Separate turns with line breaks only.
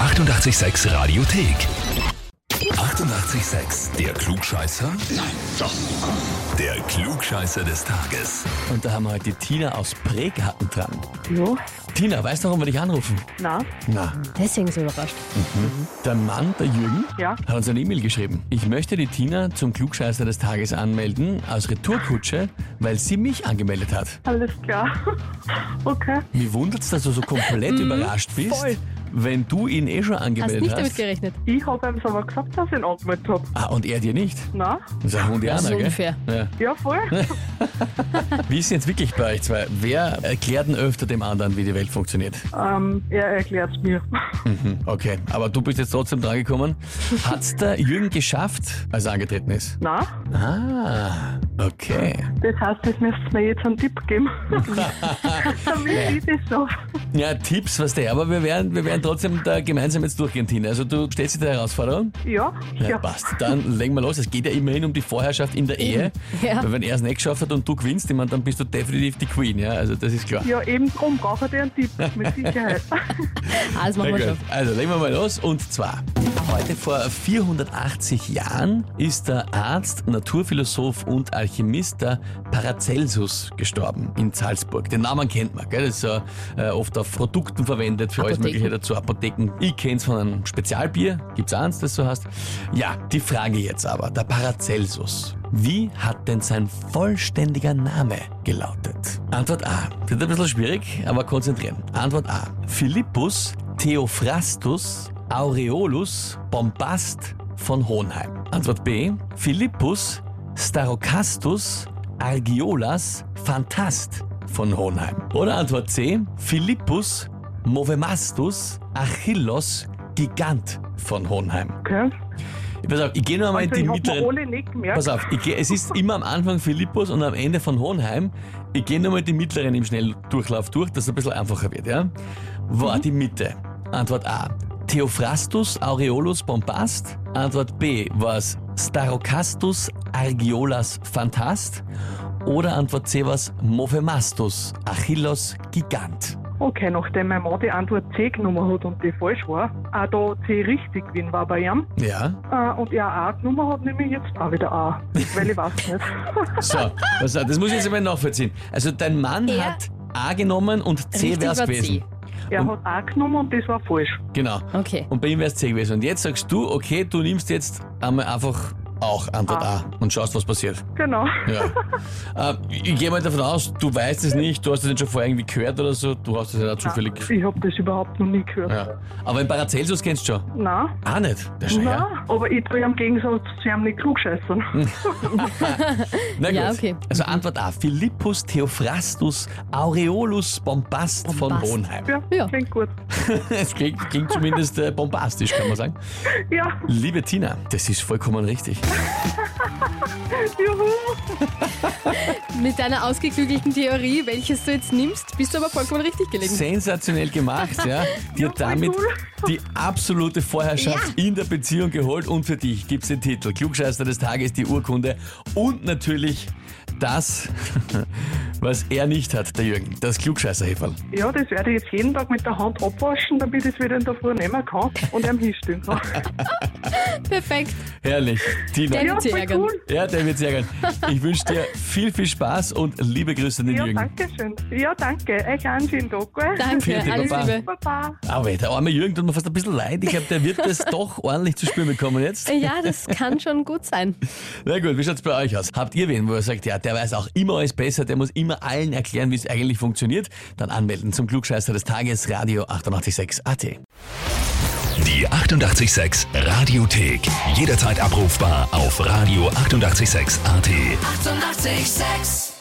886 Radiothek. 88,6. Der Klugscheißer? Nein, doch. Der Klugscheißer des Tages.
Und da haben wir heute die Tina aus Pregarten dran.
Jo,
Tina, weißt du, warum wir dich anrufen?
na,
Na, Mhm.
Deswegen so überrascht. Mhm.
der Mann, der Jürgen,
Ja.
hat uns eine E-Mail geschrieben. Ich möchte die Tina zum Klugscheißer des Tages anmelden, als Retourkutsche, weil sie mich angemeldet hat.
alles klar. Okay.
Mir wundert's, dass du so komplett überrascht bist,
Mhm. voll.
wenn du ihn eh schon
Hast
angemeldet
nicht damit gerechnet.
Ich habe ihm aber gesagt, dass ich ihn angemeldet habe.
Ah, und er dir nicht?
Na,
Das ist ein Hund,
Ja,
Jana,
so
gell?
unfair.
Ja.
ja, voll.
Wie ist jetzt wirklich bei euch zwei? Wer erklärt denn öfter dem anderen, wie die Welt funktioniert?
ähm, er erklärt es mir.
Okay, aber du bist jetzt trotzdem drangekommen. Hat's der Jürgen geschafft, als er angetreten ist?
Na,
Ah, okay.
das heißt, ich müsste mir jetzt einen Tipp geben. Damit ich das so.
Ja, Tipps, was der, aber wir werden, wir werden trotzdem da gemeinsam jetzt durchgehen, Tina. Also du stellst dir die Herausforderung.
Ja,
Ja,
ja.
passt. Dann legen wir los. Es geht ja immerhin um die Vorherrschaft in der Ehe.
Ja.
Weil wenn er es nicht geschafft hat und du gewinnst, ich meine, dann bist du definitiv die Queen, ja. Also das ist klar.
Ja, eben drum brauche ich dir einen Tipp, mit Sicherheit.
Ah, das machen
Na
wir schon.
gut. Also legen wir mal los. Und zwar, heute vor 480 Jahren ist der Arzt, Naturphilosoph und Alchemist der Paracelsus gestorben in Salzburg. Den Namen kennt man, gell? Das ist ja äh, oft auf Produkten verwendet, für alles
Apotheken.
Mögliche dazu, Apotheken. Ich kenn's von einem Spezialbier, gibt's eins, das so heißt. Ja, die Frage jetzt aber, der Paracelsus. Wie hat denn sein vollständiger Name gelautet? Antwort A. Wird ein bisschen schwierig, aber konzentrieren. Antwort A. Philippus Theophrastus Aureolus Bombast von Hohenheim. Antwort B. Philippus Starokastus Argiolas Fantast von Hohenheim. Oder Antwort C. Philippus Movemastus Achillos Gigant von Hohenheim.
Okay.
Pass auf, ich gehe nur einmal
Also,
in
ich
die
habe mir
mittleren.
alle nicht gemerkt.
Pass auf, ich geh, es ist immer am Anfang Philippus und am Ende von Hohenheim. Ich gehe nochmal die mittleren im Schnelldurchlauf durch, dass es ein bisschen einfacher wird. Ja? War die Mitte? Antwort A. Theophrastus Aureolus Bombast. Antwort B. War es Starokastus Argiolas Fantast. Oder Antwort C. War es Mophemastus Achillos Gigant.
Okay, nachdem mein Mann die Antwort C genommen hat und die falsch war, auch da C richtig gewesen war bei ihm,
Ja.
äh, und er A genommen hat, nehme ich jetzt auch wieder A. Weil ich weiß nicht.
So, pass auf, das muss ich jetzt einmal nachvollziehen. Also dein Mann
Er-
hat A genommen und C
Richtig
wäre es
war C.
gewesen.
Er
Und-
hat A genommen und das war falsch.
Genau.
Okay.
Und bei ihm wär's C gewesen. Und jetzt sagst du, okay, du nimmst jetzt einmal einfach auch Antwort
Ah.
A und schaust, was passiert.
Genau.
Ja. ähm, ich gehe mal davon aus, du weißt es nicht, du hast es nicht schon vorher irgendwie gehört oder so, du hast es ja zufällig.
Ich habe das überhaupt noch nie gehört.
Ja. Aber im Paracelsus kennst du schon.
Nein,
Ah nicht. Der
nein,
Scheier.
aber ich tue im Gegensatz zu ihm nicht klugscheißen.
Hm. Na gut.
Ja, okay.
Also Antwort A. Philippus Theophrastus Aureolus Bombast, von
Bombast.
Hohenheim.
Ja,
Ja.
klingt gut.
Es klingt, klingt zumindest äh, bombastisch, kann man sagen.
Ja,
Liebe Tina, das ist vollkommen richtig.
juhu.
Mit deiner ausgeklügelten Theorie, welches du jetzt nimmst, bist du aber vollkommen richtig gelegen.
Sensationell gemacht, ja. Dir
voll
damit
cool.
die absolute Vorherrschaft in der Beziehung geholt und für dich gibt's den Titel Klugscheißer des Tages, die Urkunde und natürlich das, was er nicht hat, der Jürgen, das Klugscheißerheferl.
Ja, das werde ich jetzt jeden Tag mit der Hand abwaschen, damit ich es wieder in der Früh nehmen kann und ihm hinstellen kann.
Perfekt.
Herrlich, Tina.
Der-
Ja, voll
Ärgern.
cool.
Ja, der wird's ärgern. Ich wünsche dir viel, viel Spaß und liebe Grüße an den
Ja,
Jürgen.
danke schön. Ja, danke. Euch einen schönen Tag, gell?
Danke,
Vierte
alles
Baba.
Liebe.
Baba.
Aber der arme Jürgen tut mir fast ein bisschen leid. Ich glaube, der wird das doch ordentlich zu spüren bekommen jetzt.
Ja, das kann schon gut sein.
Na gut, wie schaut's bei euch aus? Habt ihr wen, wo ihr sagt, ja, der weiß auch immer alles besser, der muss immer allen erklären, wie es eigentlich funktioniert? Dann anmelden zum Klugscheißer des Tages, Radio 886 AT.
Die 88,6 Radiothek. Jederzeit abrufbar auf radio886.at. 88,6.
Eighty-eight, sex.